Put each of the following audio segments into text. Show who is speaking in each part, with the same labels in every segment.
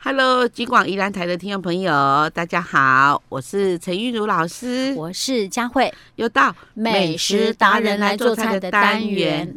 Speaker 1: Hello，金广宜兰台的听众朋友，大家好，我是陈玉茹老师，
Speaker 2: 我是佳慧，
Speaker 1: 又到
Speaker 2: 老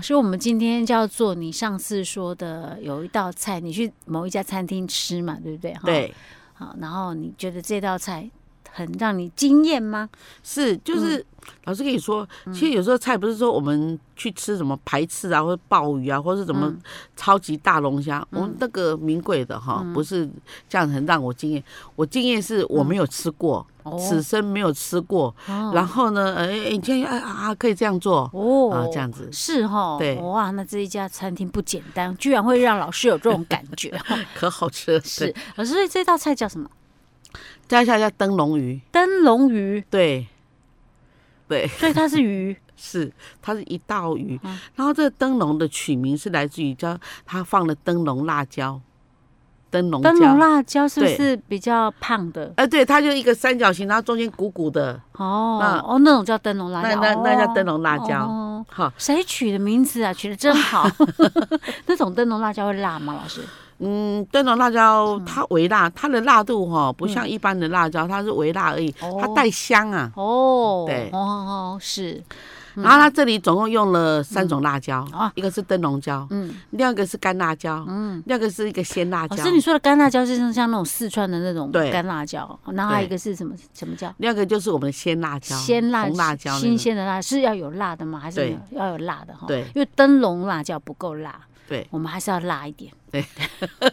Speaker 2: 师，我们今天就要做你上次说的有一道菜，你去某一家餐厅吃嘛，对不对？哈，
Speaker 1: 对，
Speaker 2: 好，然后你觉得这道菜很让你惊艳吗？
Speaker 1: 是就是、
Speaker 2: 嗯
Speaker 1: 老师跟你说，其实有时候菜不是说我们去吃什么排翅啊，或者鲍鱼啊，或是什
Speaker 2: 嗯
Speaker 1: 么超级大龙虾，我们那个名贵的哈，
Speaker 2: 嗯
Speaker 1: 不是这样很让我惊艳。我惊艳是我没有吃过，
Speaker 2: 哦
Speaker 1: 此生没有吃过。
Speaker 2: 哦
Speaker 1: 然后呢，哎、哎，你今天哎啊可以这样做，
Speaker 2: 哦
Speaker 1: 啊这样子
Speaker 2: 是哈，
Speaker 1: 对
Speaker 2: 哇，那这一家餐厅不简单，居然会让老师有这种感 觉，
Speaker 1: 可好吃了。
Speaker 2: 是
Speaker 1: 对，
Speaker 2: 老师，所以这道菜叫什么？
Speaker 1: 加一下叫灯笼鱼，
Speaker 2: 灯笼鱼，
Speaker 1: 对，对。
Speaker 2: 所以它是鱼，
Speaker 1: 是，它是一道鱼。
Speaker 2: 嗯
Speaker 1: 然后这个灯笼的取名是来自于叫它放了灯笼辣椒，灯笼
Speaker 2: 灯笼
Speaker 1: 椒。
Speaker 2: 辣椒是不
Speaker 1: 对
Speaker 2: 是比较胖的？
Speaker 1: 哎、对，它就一个三角形，然后中间鼓鼓的，
Speaker 2: 哦
Speaker 1: 那
Speaker 2: 哦，那种叫灯笼辣
Speaker 1: 那
Speaker 2: 椒，
Speaker 1: 那那叫灯
Speaker 2: 笼
Speaker 1: 笼辣椒。
Speaker 2: 哦
Speaker 1: 哈，
Speaker 2: 谁取的名字啊？取的 真好。那种灯笼辣椒会辣吗？老师？
Speaker 1: 嗯，灯笼辣椒它微辣，它的辣度哈、不像一般的辣椒，它是微辣而已，它
Speaker 2: 哦
Speaker 1: 带香啊。
Speaker 2: 哦，
Speaker 1: 对
Speaker 2: 哦哦是，嗯
Speaker 1: 然后它这里总共用了三种辣椒，
Speaker 2: 啊
Speaker 1: 一个是灯笼椒，
Speaker 2: 嗯
Speaker 1: 另外一个是干辣椒，
Speaker 2: 嗯。
Speaker 1: 另外一个是一个鲜辣
Speaker 2: 老
Speaker 1: 椒，
Speaker 2: 师，你说的干辣椒是像像那种四川的那种
Speaker 1: 对
Speaker 2: 干辣椒，然后还有一个是什么什么椒？
Speaker 1: 另外一个就是我们的鲜辣椒，
Speaker 2: 鲜辣
Speaker 1: 红辣椒那
Speaker 2: 新
Speaker 1: 个
Speaker 2: 鲜的辣是要有辣的吗？还是
Speaker 1: 对
Speaker 2: 没有要有辣的哈？
Speaker 1: 对
Speaker 2: 因为灯笼辣椒不够辣，
Speaker 1: 对。
Speaker 2: 我们还是要辣一点。
Speaker 1: 对，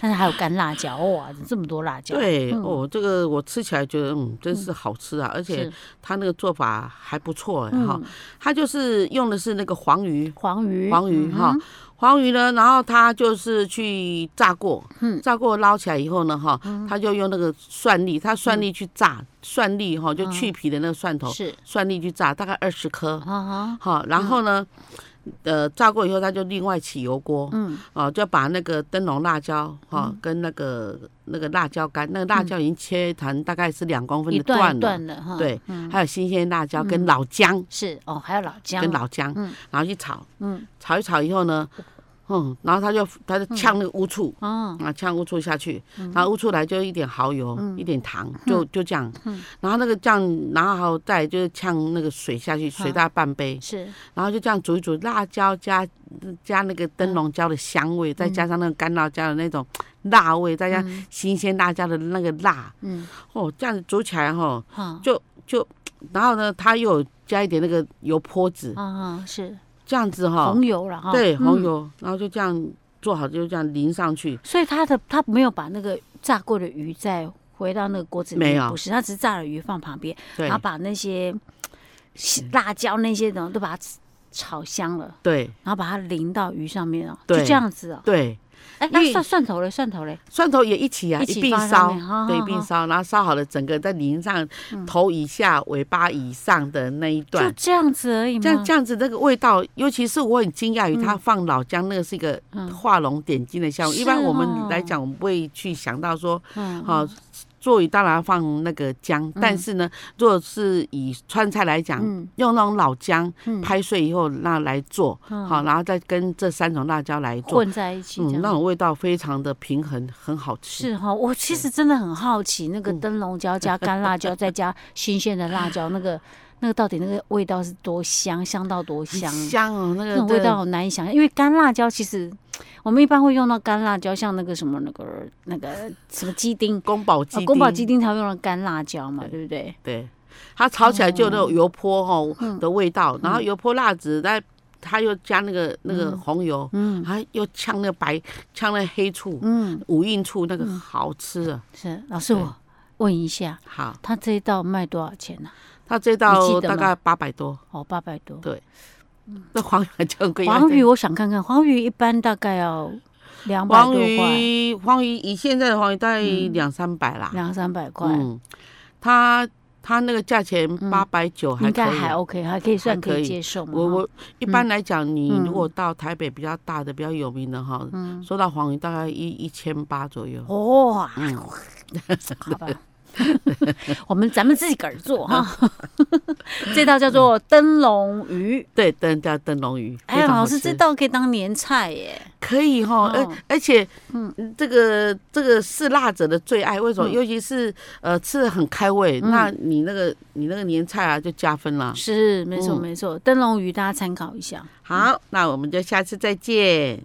Speaker 2: 但是还有干辣椒，哇，这么多辣椒，
Speaker 1: 对、
Speaker 2: 嗯
Speaker 1: 哦，这个我吃起来觉得嗯，真是好吃啊，而且
Speaker 2: 是，
Speaker 1: 它那个做法还不错哎哈
Speaker 2: 嗯。，
Speaker 1: 它就是用的是那个黄鱼，
Speaker 2: 黄鱼，
Speaker 1: 黄鱼
Speaker 2: 嗯
Speaker 1: 哈
Speaker 2: 哼，
Speaker 1: 黄鱼呢，然后它就是去炸过，
Speaker 2: 嗯
Speaker 1: 炸过捞起来以后呢哈，它就用那个蒜粒，它蒜粒去炸，蒜粒哈就去皮的那个蒜头，
Speaker 2: 嗯是，
Speaker 1: 蒜粒去炸，大概二十颗
Speaker 2: 啊，哈，
Speaker 1: 哈，然后呢，呃，炸过以后，它就另外起油锅，
Speaker 2: 嗯，
Speaker 1: 哦，就把那个灯笼辣椒哈、跟那个那个辣椒干，那个辣椒已经切成大概是两公分
Speaker 2: 嗯一
Speaker 1: 的
Speaker 2: 段一
Speaker 1: 段了，
Speaker 2: 段的哈，
Speaker 1: 对，
Speaker 2: 嗯，
Speaker 1: 还有新鲜辣椒跟老姜，
Speaker 2: 是哦，还有老姜，
Speaker 1: 跟老姜，
Speaker 2: 嗯
Speaker 1: 然后去炒，
Speaker 2: 嗯
Speaker 1: 炒一炒以后呢，嗯，然后他就他就呛那个乌醋。
Speaker 2: 哦，
Speaker 1: 啊，呛乌醋下去，
Speaker 2: 嗯
Speaker 1: 然后乌醋来就一点蚝油，一点糖，就就这样。
Speaker 2: 嗯
Speaker 1: 然后那个酱，然后还有再就是呛那个水下去，水大概半杯，
Speaker 2: 是
Speaker 1: 然后就这样煮一煮，辣椒加加那个
Speaker 2: 嗯
Speaker 1: 灯笼椒的香味，再加上那个干辣椒的那种辣味，再加新鲜辣椒的那个辣，
Speaker 2: 嗯
Speaker 1: 哦，这样子煮起来哈、哦，
Speaker 2: 哈
Speaker 1: 就就，然后呢，它又有加一点那个油泼子，
Speaker 2: 啊哈是
Speaker 1: 这样子哈、
Speaker 2: 红油了哈，
Speaker 1: 哦对，
Speaker 2: 嗯
Speaker 1: 红，油，然后就这样做好，就这样淋上去，
Speaker 2: 所以它的它没有把那个炸过的鱼再回到那个锅子里面，
Speaker 1: 没有
Speaker 2: 不是，它只是炸了鱼放旁边，
Speaker 1: 对
Speaker 2: 然后把那些辣椒那些的都把它炒香了，
Speaker 1: 对
Speaker 2: 然后把它淋到鱼上面哦，就
Speaker 1: 对
Speaker 2: 这样子哦，
Speaker 1: 对，
Speaker 2: 哎，
Speaker 1: 因
Speaker 2: 那
Speaker 1: 为
Speaker 2: 蒜蒜头嘞，蒜头嘞，
Speaker 1: 蒜头也一起啊，
Speaker 2: 一起
Speaker 1: 并
Speaker 2: 放在上
Speaker 1: 烧
Speaker 2: 面哦好，
Speaker 1: 对，一
Speaker 2: 好
Speaker 1: 并
Speaker 2: 好
Speaker 1: 烧，然后烧好了，整个再淋上
Speaker 2: 嗯
Speaker 1: 头以下、尾巴以上的那一段
Speaker 2: 就，这样子而已吗？
Speaker 1: 这样这样子，那个味道，尤其是我很惊讶于它放老姜，那个是一个
Speaker 2: 嗯
Speaker 1: 画龙点睛的效果。
Speaker 2: 是
Speaker 1: 一般我
Speaker 2: 哦
Speaker 1: 们来讲，我们不会去想到说，
Speaker 2: 嗯，
Speaker 1: 好、做鱼当然要放那个姜，但是呢，如果是以川菜来讲，
Speaker 2: 嗯
Speaker 1: 用那种老姜
Speaker 2: 嗯
Speaker 1: 拍碎以后那来做，
Speaker 2: 嗯
Speaker 1: 好、然后再跟这三种辣椒来做，
Speaker 2: 混在一起，这
Speaker 1: 嗯，
Speaker 2: 样
Speaker 1: 那种味道非常的平衡，很好吃。
Speaker 2: 是哈、我其实真的很好奇，那个
Speaker 1: 嗯
Speaker 2: 灯笼椒加干辣椒，再加新鲜的辣椒，那个那个到底那个味道是多香，香到多
Speaker 1: 很
Speaker 2: 香，
Speaker 1: 香哦，那
Speaker 2: 这
Speaker 1: 个
Speaker 2: 种味
Speaker 1: 对
Speaker 2: 道好难以想象。因为干辣椒其实我们一般会用到干辣椒，像那个什么那个那个什么鸡丁，
Speaker 1: 宫保鸡
Speaker 2: 啊，
Speaker 1: 丁，
Speaker 2: 宫保鸡丁才会用到干辣椒嘛，对不对？
Speaker 1: 对，它炒起来就有那种油泼哦
Speaker 2: 嗯
Speaker 1: 的味道，然后油泼辣子，但它又加那个那个红油，
Speaker 2: 嗯
Speaker 1: 还又呛那个白呛那黑醋、
Speaker 2: 嗯，
Speaker 1: 五印醋，那个好吃啊！
Speaker 2: 是老师，
Speaker 1: 对
Speaker 2: 我问一下，
Speaker 1: 好，
Speaker 2: 他这一道卖多少钱呢、
Speaker 1: 它这
Speaker 2: 你
Speaker 1: 道
Speaker 2: 记
Speaker 1: 大
Speaker 2: 得吗
Speaker 1: 概八百多，
Speaker 2: 哦，八百多。
Speaker 1: 那黄鱼就很贵。啊
Speaker 2: 黄鱼，我想看看，黄鱼一般大概要两百
Speaker 1: 黄
Speaker 2: 多块，嗯
Speaker 1: 鱼，黄鱼以现在的黄鱼大概两三百啦，
Speaker 2: 两三百块。
Speaker 1: 啊
Speaker 2: 嗯
Speaker 1: 嗯，它它那个价钱八百九还
Speaker 2: 应
Speaker 1: 可
Speaker 2: 该
Speaker 1: 以
Speaker 2: 还。OK，还可以算
Speaker 1: 还
Speaker 2: 可
Speaker 1: 可以
Speaker 2: 以接受嘛。
Speaker 1: 我
Speaker 2: 哈
Speaker 1: 我一般来讲，你
Speaker 2: 嗯
Speaker 1: 如果到台北比较大的、比较有名的哈，说到黄鱼大概一一千八左右。
Speaker 2: 哦哇，
Speaker 1: 嗯
Speaker 2: 好吧，我们咱们自己个儿 做哈。这道叫做灯笼鱼，
Speaker 1: 对，灯叫灯笼鱼，嗯
Speaker 2: 哎，
Speaker 1: 非常好
Speaker 2: 老师
Speaker 1: 吃
Speaker 2: 这道可以当年菜耶。
Speaker 1: 可以哈，而、
Speaker 2: 哦
Speaker 1: 而且，嗯，这个这个是辣者的最爱，为
Speaker 2: 嗯
Speaker 1: 什么？尤其是呃吃的很开胃，那你那个你那个年菜啊就加分了。
Speaker 2: 是，没错
Speaker 1: 嗯
Speaker 2: 没错，灯笼鱼大家参考一下。
Speaker 1: 好，那我们就下次再见。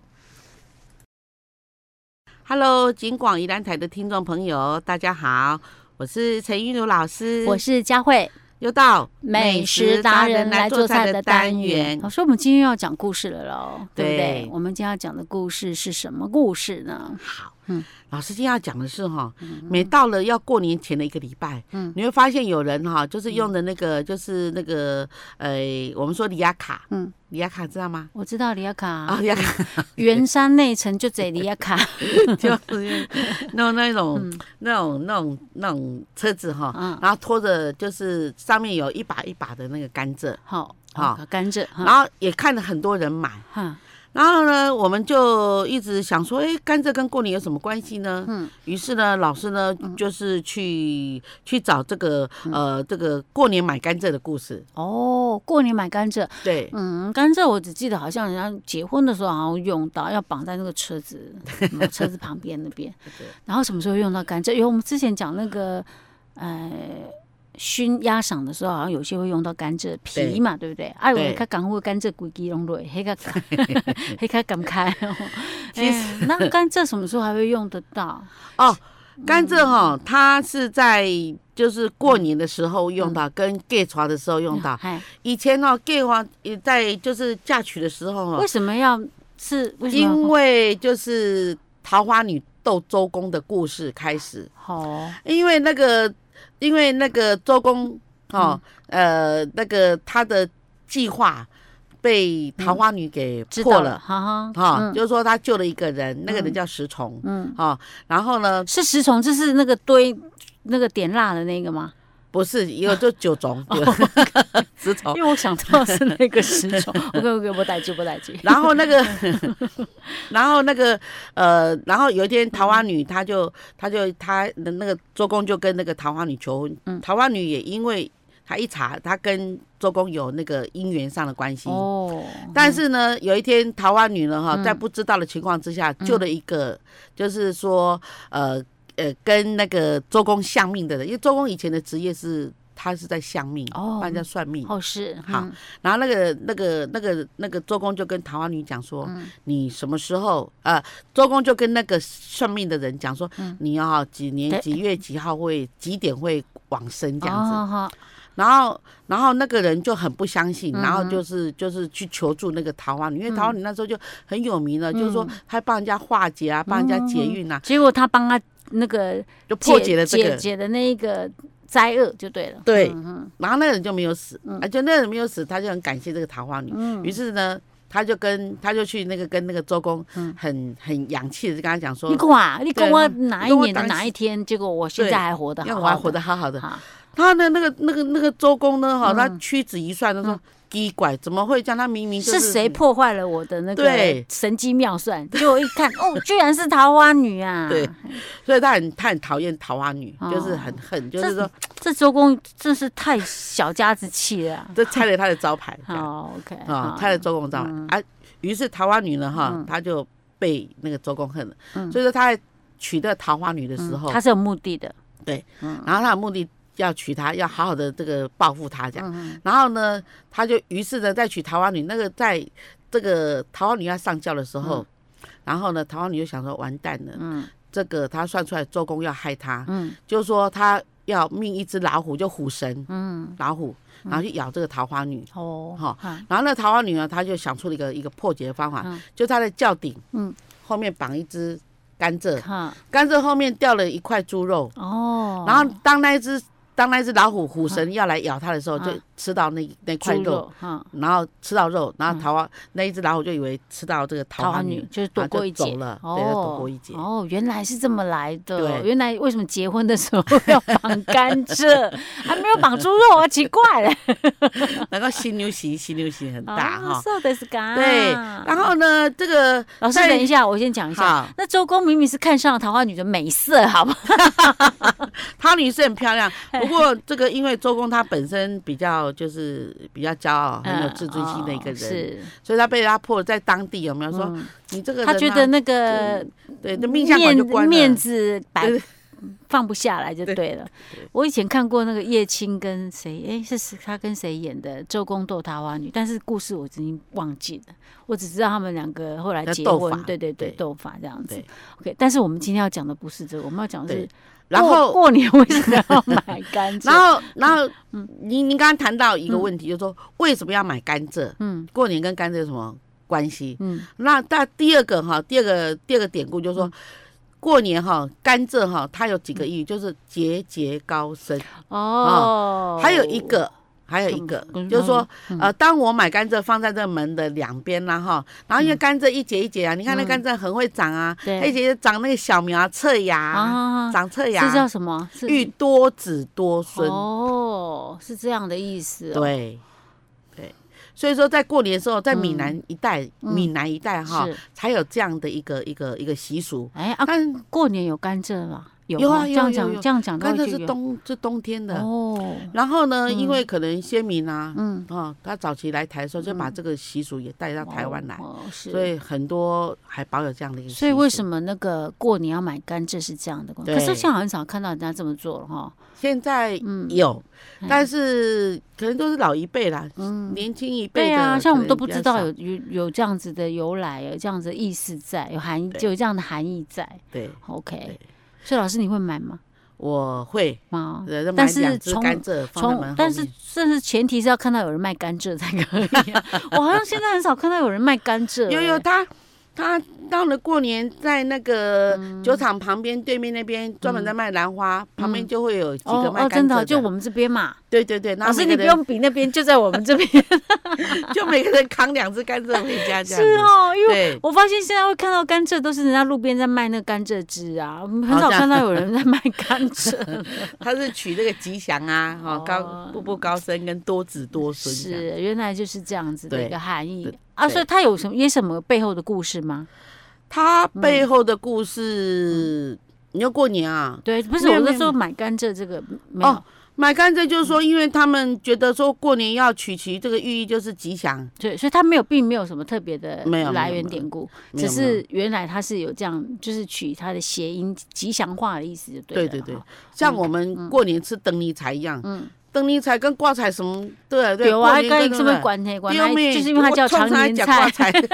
Speaker 1: Hello，金广宜兰台的听众朋友，大家好，我是陈玉茹老师，
Speaker 2: 我是佳慧，
Speaker 1: 又到
Speaker 2: 美食达人来做菜的单元。老师，我们今天要讲故事了喽，对不对
Speaker 1: 对？
Speaker 2: 我们今天要讲的故事是什么故事呢？嗯
Speaker 1: 老师今天要讲的是哈，每到了要过年前的一个礼拜，
Speaker 2: 嗯
Speaker 1: 你会发现有人哈，就是用的那个，就是那个，呃，我们说里亚卡，
Speaker 2: 嗯
Speaker 1: 嗯，里亚卡知道吗？
Speaker 2: 我知道李亚卡
Speaker 1: 啊，，里亚卡
Speaker 2: 圆山内城就这李亚卡
Speaker 1: 就是弄那种、那种那种那种车子哈，
Speaker 2: 嗯
Speaker 1: 然后拖着就是上面有一把一把的那个甘蔗，
Speaker 2: 好，
Speaker 1: 好
Speaker 2: 好甘蔗，
Speaker 1: 然后也看了很多人买，
Speaker 2: 哈，
Speaker 1: 然后呢，我们就一直想说，哎，甘蔗跟过年有什么关系呢？
Speaker 2: 嗯
Speaker 1: 嗯，于是呢，老师呢就是去去找这个
Speaker 2: 嗯
Speaker 1: 呃这个过年买甘蔗的故事。
Speaker 2: 哦，过年买甘蔗，
Speaker 1: 对，
Speaker 2: 嗯，甘蔗我只记得好像人家结婚的时候好像用到，要绑在那个车子、嗯车子旁边那边
Speaker 1: 对。
Speaker 2: 然后什么时候用到甘蔗？因为我们之前讲那个呃熏鸭嗓的时候，好像有些会用到甘蔗皮
Speaker 1: 对
Speaker 2: 嘛，对不对？哎，
Speaker 1: 对
Speaker 2: 我看港货甘蔗规矩拢落，黑个黑个感慨哦。
Speaker 1: 其
Speaker 2: 哎那甘蔗什么时候还会用得到？
Speaker 1: 哦，
Speaker 2: 嗯
Speaker 1: 甘蔗哈、它是在就是过年的时候用
Speaker 2: 嗯
Speaker 1: 到，跟 gay 床的时候用到。
Speaker 2: 哎，
Speaker 1: 以前哦，gay 床也在就是嫁娶的时候
Speaker 2: 为
Speaker 1: 哦，
Speaker 2: 什么要是为什么要
Speaker 1: 因
Speaker 2: 放？
Speaker 1: 为就是桃花女斗周公的故事开始。
Speaker 2: 好哦，
Speaker 1: 因为那个，因为那个周公哦，
Speaker 2: 嗯
Speaker 1: 呃，那个他的计划被桃花女给
Speaker 2: 知
Speaker 1: 破
Speaker 2: 道
Speaker 1: 了，
Speaker 2: 哈哈。
Speaker 1: 哈、
Speaker 2: 嗯
Speaker 1: 就是说他救了一个人，那个人叫石崇，
Speaker 2: 嗯，
Speaker 1: 哦，然后呢，
Speaker 2: 是食虫，这是那个堆那个点蜡的那个吗？
Speaker 1: 不是也 有就九种，
Speaker 2: 哦
Speaker 1: 石崇，
Speaker 2: 因为我想到是那个食 虫，我跟我跟我逮住不逮住。
Speaker 1: 然后那个， 然后那个，呃，然后有一天桃花女，她就，她就，她的那个周公就跟那个桃花女求婚，
Speaker 2: 嗯
Speaker 1: 桃花女也因为她一查，她跟周公有那个姻缘上的关系，
Speaker 2: 哦，
Speaker 1: 但是呢，有一天桃花女呢，哈，
Speaker 2: 嗯
Speaker 1: 在不知道的情况之下，救了一个，就是说，呃呃，跟那个周公相命的人，因为周公以前的职业是他是在相命，
Speaker 2: 哦
Speaker 1: 帮人家算命。
Speaker 2: 好事
Speaker 1: 好
Speaker 2: 嗯
Speaker 1: 然后那个那个那个那个周公就跟桃花女讲说，
Speaker 2: 嗯
Speaker 1: 你什么时候？呃，周公就跟那个算命的人讲说，
Speaker 2: 嗯
Speaker 1: 你要几年
Speaker 2: 对
Speaker 1: 几月几号会几点会往生这样子。
Speaker 2: 哦好
Speaker 1: 然后，然后那个人就很不相
Speaker 2: 嗯
Speaker 1: 信，然后就是就是去求助那个桃花女，因为桃花女那时候就很有名
Speaker 2: 嗯
Speaker 1: 了，就是说还帮人家化解啊，帮人家解运啊，
Speaker 2: 结果他帮他那个
Speaker 1: 就 破解了这
Speaker 2: 解
Speaker 1: 个。
Speaker 2: 解的那一个灾厄就对了。
Speaker 1: 对
Speaker 2: 嗯哼
Speaker 1: 然后那个人就没有死，啊，就那个人没有死，他就很感谢这个桃花女。
Speaker 2: 嗯
Speaker 1: 于是呢，他就跟他就去那个跟那个周公很很洋气的跟他讲说
Speaker 2: 嗯你，挂，你
Speaker 1: 对
Speaker 2: 跟
Speaker 1: 啊
Speaker 2: 我哪
Speaker 1: 你
Speaker 2: 一
Speaker 1: 跟我
Speaker 2: 年的
Speaker 1: 当
Speaker 2: 哪
Speaker 1: 时
Speaker 2: 一天？结果我现
Speaker 1: 对
Speaker 2: 在还活得
Speaker 1: 让
Speaker 2: 好
Speaker 1: 我还
Speaker 2: 好
Speaker 1: 活得
Speaker 2: 的，
Speaker 1: 好好的。
Speaker 2: 好嗯
Speaker 1: 他的那个那个那个周公呢，哈，他屈指一算，他说奇怪，怎么会这样？他明明就是
Speaker 2: 谁破坏了我的那个
Speaker 1: 对
Speaker 2: 神机妙算？结果一看，哦，居然是桃花女啊！
Speaker 1: 对，所以他很他很讨厌桃花女，
Speaker 2: 哦
Speaker 1: 就是很恨，就
Speaker 2: 这
Speaker 1: 是说
Speaker 2: 这周公真是太小家子气 了啊。
Speaker 1: 这拆了他的招牌，这样
Speaker 2: 好，OK，
Speaker 1: 啊
Speaker 2: 好，嗯
Speaker 1: 拆了周公的招牌啊。于是桃花女呢，哈，她就被那个周公恨了，
Speaker 2: 嗯
Speaker 1: 所以说她在娶的桃花女的时候
Speaker 2: 他，是有目的的，
Speaker 1: 然后她的目的。要娶她，要好好的这个报复她这
Speaker 2: 嗯
Speaker 1: 样。然后呢，她就于是呢，在娶桃花女那个，在这个桃花女要上轿的时候，然后呢，桃花女就想说，完蛋了，
Speaker 2: 嗯
Speaker 1: 这个她算出来周公要害她，
Speaker 2: 嗯
Speaker 1: 就说她要命一只老虎，就虎神
Speaker 2: 嗯，
Speaker 1: 老虎，然后去咬这个桃花女。
Speaker 2: 哦，
Speaker 1: 好
Speaker 2: 啊，
Speaker 1: 然后那桃花女呢，她就想出了一个一个破解的方法，
Speaker 2: 嗯
Speaker 1: 就她的轿顶，
Speaker 2: 嗯
Speaker 1: 后面绑一只甘蔗，
Speaker 2: 看，
Speaker 1: 甘蔗后面掉了一块猪肉，
Speaker 2: 哦，
Speaker 1: 然后当那一只当那一只老虎虎神要来咬她的时候，
Speaker 2: 嗯
Speaker 1: 就吃到那那块
Speaker 2: 猪
Speaker 1: 肉，，
Speaker 2: 嗯，
Speaker 1: 然后吃到肉，然后桃花、那一只老虎就以为吃到这个桃
Speaker 2: 桃
Speaker 1: 花
Speaker 2: 花
Speaker 1: 女
Speaker 2: 女，就是
Speaker 1: 然
Speaker 2: 躲
Speaker 1: 后
Speaker 2: 过
Speaker 1: 就
Speaker 2: 一
Speaker 1: 走
Speaker 2: 劫。
Speaker 1: 了，对，要躲
Speaker 2: 哦
Speaker 1: 过一劫。
Speaker 2: 哦，原来是这么来的。
Speaker 1: 对
Speaker 2: 原来为什么结婚的时候 要绑甘蔗，还没有绑猪肉啊？奇怪，啊
Speaker 1: 然后犀牛席，犀牛席很大哈、
Speaker 2: s o this guy。
Speaker 1: 对，然后呢，这个
Speaker 2: 老师
Speaker 1: 在
Speaker 2: 等一下，我先讲一下
Speaker 1: 好。
Speaker 2: 那周公明明是看上了桃花女的美色，好不好？
Speaker 1: 汤女士很漂 亮，不过这个因为周公他本身比较就是比较骄傲，很有自尊心的一个
Speaker 2: 嗯
Speaker 1: 人，
Speaker 2: 哦是，
Speaker 1: 所以他被他迫在当地有没有说、
Speaker 2: 嗯
Speaker 1: 你这个人啊、
Speaker 2: 他觉得那个
Speaker 1: 对，那命相馆就关了，
Speaker 2: 面子摆
Speaker 1: 对
Speaker 2: 放不下来就对了。我以前看过那个叶青跟谁，哎、是是他跟谁演的《周公斗桃花女》，但是故事我已经忘记了，我只知道他们两个后来
Speaker 1: 在
Speaker 2: 结
Speaker 1: 斗
Speaker 2: 婚
Speaker 1: 法，
Speaker 2: 对对对，
Speaker 1: 对
Speaker 2: 斗法这样子
Speaker 1: 对。
Speaker 2: OK，但是我们今天要讲的不是这个，我们要讲的是
Speaker 1: 对然
Speaker 2: 过
Speaker 1: 后
Speaker 2: 过年为什么要买 甘蔗？
Speaker 1: 然后，然后，您您刚刚谈到一个问题，就是说为什么要买甘蔗？
Speaker 2: 嗯
Speaker 1: 过年跟甘蔗有什么关系？
Speaker 2: 嗯，
Speaker 1: 那但第二个哈，第二个第二个典故就是说，过年哈，甘蔗哈，它有几个
Speaker 2: 嗯
Speaker 1: 意义，就是节节高升。
Speaker 2: 哦，
Speaker 1: 还有一个，还有一
Speaker 2: 嗯
Speaker 1: 个
Speaker 2: 嗯
Speaker 1: 就是说，
Speaker 2: 嗯
Speaker 1: 呃，当我买甘蔗放在这门的两边啦哈，然后因为甘蔗一节一节啊，你看那
Speaker 2: 嗯
Speaker 1: 甘蔗很会长啊，
Speaker 2: 对
Speaker 1: 它一节就长那个小苗侧芽，
Speaker 2: 啊，
Speaker 1: 长侧
Speaker 2: 是叫
Speaker 1: 芽，
Speaker 2: 什么？是
Speaker 1: 欲多子多孙。
Speaker 2: 哦，是这样的意思、哦。
Speaker 1: 对，对，所以说在过年的时候，在闽南一带，闽南一带哈
Speaker 2: 嗯是，
Speaker 1: 才有这样的一个一个一个习俗。
Speaker 2: 哎啊，
Speaker 1: 但
Speaker 2: 过年有甘蔗吗？有
Speaker 1: 有啊
Speaker 2: 哦这
Speaker 1: 有
Speaker 2: 样
Speaker 1: 有有
Speaker 2: 讲这样讲的话
Speaker 1: 甘
Speaker 2: 就
Speaker 1: 蔗
Speaker 2: 有，
Speaker 1: 是冬是冬天的，
Speaker 2: 哦，
Speaker 1: 然后呢，因为可能先民啊，
Speaker 2: 嗯，
Speaker 1: 哦，他早期来台的时候就把这个习俗也带到台湾来，
Speaker 2: 哦，是。
Speaker 1: 所以很多还保有这样的一个习俗。
Speaker 2: 所以为什么嗯那个过年要买甘蔗是这样的？可
Speaker 1: 对
Speaker 2: 是现在很少看到人家这么做了哈。嗯
Speaker 1: 现在有，但是可能都是老一辈啦，年轻一辈
Speaker 2: 嗯对
Speaker 1: 的
Speaker 2: 啊，像我们
Speaker 1: 可能
Speaker 2: 都不
Speaker 1: 比较
Speaker 2: 知道
Speaker 1: 少
Speaker 2: 有有有这样子的由来，有这样子的意思在，有含义，
Speaker 1: 对
Speaker 2: 有这样的含义在。
Speaker 1: 对，
Speaker 2: OK，
Speaker 1: 对
Speaker 2: 所以老师你会买吗？
Speaker 1: 我会。
Speaker 2: 吗？
Speaker 1: 呃买
Speaker 2: 嗯但是
Speaker 1: 两只
Speaker 2: 从
Speaker 1: 甘蔗放在门
Speaker 2: 从
Speaker 1: 后
Speaker 2: 但是
Speaker 1: 面
Speaker 2: 甚至前提是要看到有人卖甘蔗才可以 啊、我好像现在很少看到有人卖甘蔗、
Speaker 1: 有
Speaker 2: 哎
Speaker 1: 有他，他到了过年，在那个
Speaker 2: 嗯
Speaker 1: 酒厂旁边对面那边专门在卖兰花，旁边就会有几
Speaker 2: 哦
Speaker 1: 个卖
Speaker 2: 嗯哦，
Speaker 1: 甘
Speaker 2: 真的
Speaker 1: 蔗
Speaker 2: 哦就我们这边嘛。
Speaker 1: 对对对，然
Speaker 2: 老
Speaker 1: 后每
Speaker 2: 师，你
Speaker 1: 个
Speaker 2: 不
Speaker 1: 人
Speaker 2: 用比那边，就在我们这边
Speaker 1: 就每个人扛两只甘蔗回家， 这样
Speaker 2: 是
Speaker 1: 子。
Speaker 2: 哦，因为
Speaker 1: 对，
Speaker 2: 我发现现在会看到甘蔗，都是人家路边在卖那个甘蔗汁啊，我们很
Speaker 1: 哦
Speaker 2: 少
Speaker 1: 这样
Speaker 2: 看到有人在卖甘 蔗。
Speaker 1: 他是取这个吉祥啊，哦，
Speaker 2: 哦
Speaker 1: 高步步高升跟多子多孙这样。
Speaker 2: 是，原来就是这样子的
Speaker 1: 对
Speaker 2: 一个含义
Speaker 1: 对
Speaker 2: 啊，所以它有什么也什么背后的故事吗？
Speaker 1: 他背后的故
Speaker 2: 嗯
Speaker 1: 事，你要过年啊，
Speaker 2: 对，不是，
Speaker 1: 没有
Speaker 2: 我
Speaker 1: 没
Speaker 2: 是
Speaker 1: 有
Speaker 2: 说买甘蔗这个没有
Speaker 1: 哦，买甘蔗就是说，
Speaker 2: 嗯
Speaker 1: 因为他们觉得说过年要取其这个寓意就是吉祥，
Speaker 2: 对，所以它没有，并没有什么特别的
Speaker 1: 没有没有
Speaker 2: 来
Speaker 1: 没
Speaker 2: 源
Speaker 1: 有
Speaker 2: 典故，
Speaker 1: 没
Speaker 2: 只
Speaker 1: 有没有
Speaker 2: 是原来它是有这样，就是取它的谐音吉祥话的意思，就对了。
Speaker 1: 对对
Speaker 2: 哈，
Speaker 1: 像我们过年吃灯泥柴一样，
Speaker 2: 嗯
Speaker 1: 灯泥柴跟挂菜什么，对啊对啊，
Speaker 2: 有啊，
Speaker 1: 过年
Speaker 2: 跟
Speaker 1: 对
Speaker 2: 什么
Speaker 1: 不对
Speaker 2: 管呢？管
Speaker 1: 对
Speaker 2: 它
Speaker 1: 咩
Speaker 2: 就是因为它
Speaker 1: 我
Speaker 2: 叫
Speaker 1: 冲
Speaker 2: 常
Speaker 1: 啥
Speaker 2: 年
Speaker 1: 吃挂
Speaker 2: 菜，
Speaker 1: 菜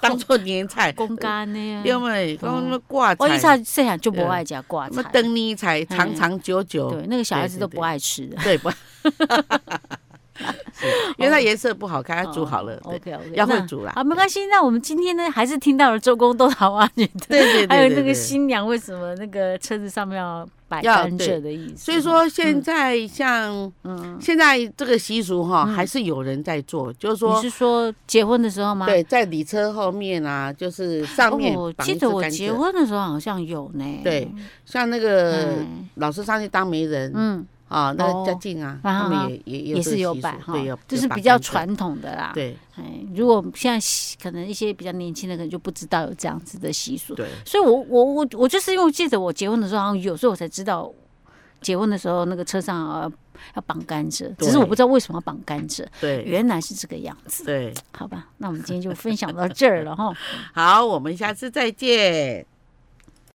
Speaker 1: 当做年菜，
Speaker 2: 公干呢。
Speaker 1: 对没？讲什么挂
Speaker 2: 我
Speaker 1: 菜，
Speaker 2: 一
Speaker 1: 什
Speaker 2: 下细汉就不爱吃挂
Speaker 1: 么
Speaker 2: 菜，
Speaker 1: 灯泥菜，长长久久，
Speaker 2: 对那个小孩子
Speaker 1: 对
Speaker 2: 都
Speaker 1: 对
Speaker 2: 不爱吃 的。
Speaker 1: 对不？是因为
Speaker 2: 哦
Speaker 1: 它颜色不好看，它煮好了，对
Speaker 2: OK OK，
Speaker 1: 要会煮啦
Speaker 2: 哦好，没关系。那我们今天呢，还是听到了周公斗桃花女的，
Speaker 1: 对对对
Speaker 2: 还有
Speaker 1: 对
Speaker 2: 那个
Speaker 1: 对
Speaker 2: 新娘为什么那个车子上面要摆
Speaker 1: 要
Speaker 2: 甘
Speaker 1: 对
Speaker 2: 蔗的意思。
Speaker 1: 所以说现在像
Speaker 2: 嗯
Speaker 1: 现在这个习俗哈，还是有人在做，就是
Speaker 2: 你
Speaker 1: 说
Speaker 2: 是说结婚的时候吗？
Speaker 1: 对，在礼车后面啊，就是上面
Speaker 2: 哦，我
Speaker 1: 绑
Speaker 2: 记
Speaker 1: 一
Speaker 2: 得
Speaker 1: 支
Speaker 2: 我
Speaker 1: 甘
Speaker 2: 结
Speaker 1: 蔗。
Speaker 2: 婚的时候好像有呢。
Speaker 1: 对，像那个
Speaker 2: 嗯
Speaker 1: 老师上去当媒人，
Speaker 2: 嗯，
Speaker 1: 啊，那
Speaker 2: 哦
Speaker 1: 个嘉靖啊，
Speaker 2: 啊
Speaker 1: 他们也也也
Speaker 2: 也是有
Speaker 1: 这个习
Speaker 2: 摆
Speaker 1: 俗
Speaker 2: 哈
Speaker 1: 对，有，
Speaker 2: 就是
Speaker 1: 有摆
Speaker 2: 比较
Speaker 1: 甘蔗
Speaker 2: 传统的啦。，
Speaker 1: 对
Speaker 2: 哎，如果现在可能一些比较年轻的，可能就不知道有这样子的习俗。
Speaker 1: 对，
Speaker 2: 所以我我我我就是因为记得我结婚的时候好像有，所以我才知道结婚的时候那个车上要要绑甘蔗，只是我不知道为什么要绑甘蔗，
Speaker 1: 对
Speaker 2: 原来是这个样子。
Speaker 1: 对，
Speaker 2: 好吧，那我们今天就分享到这儿了哈。
Speaker 1: 好，我们下次再见。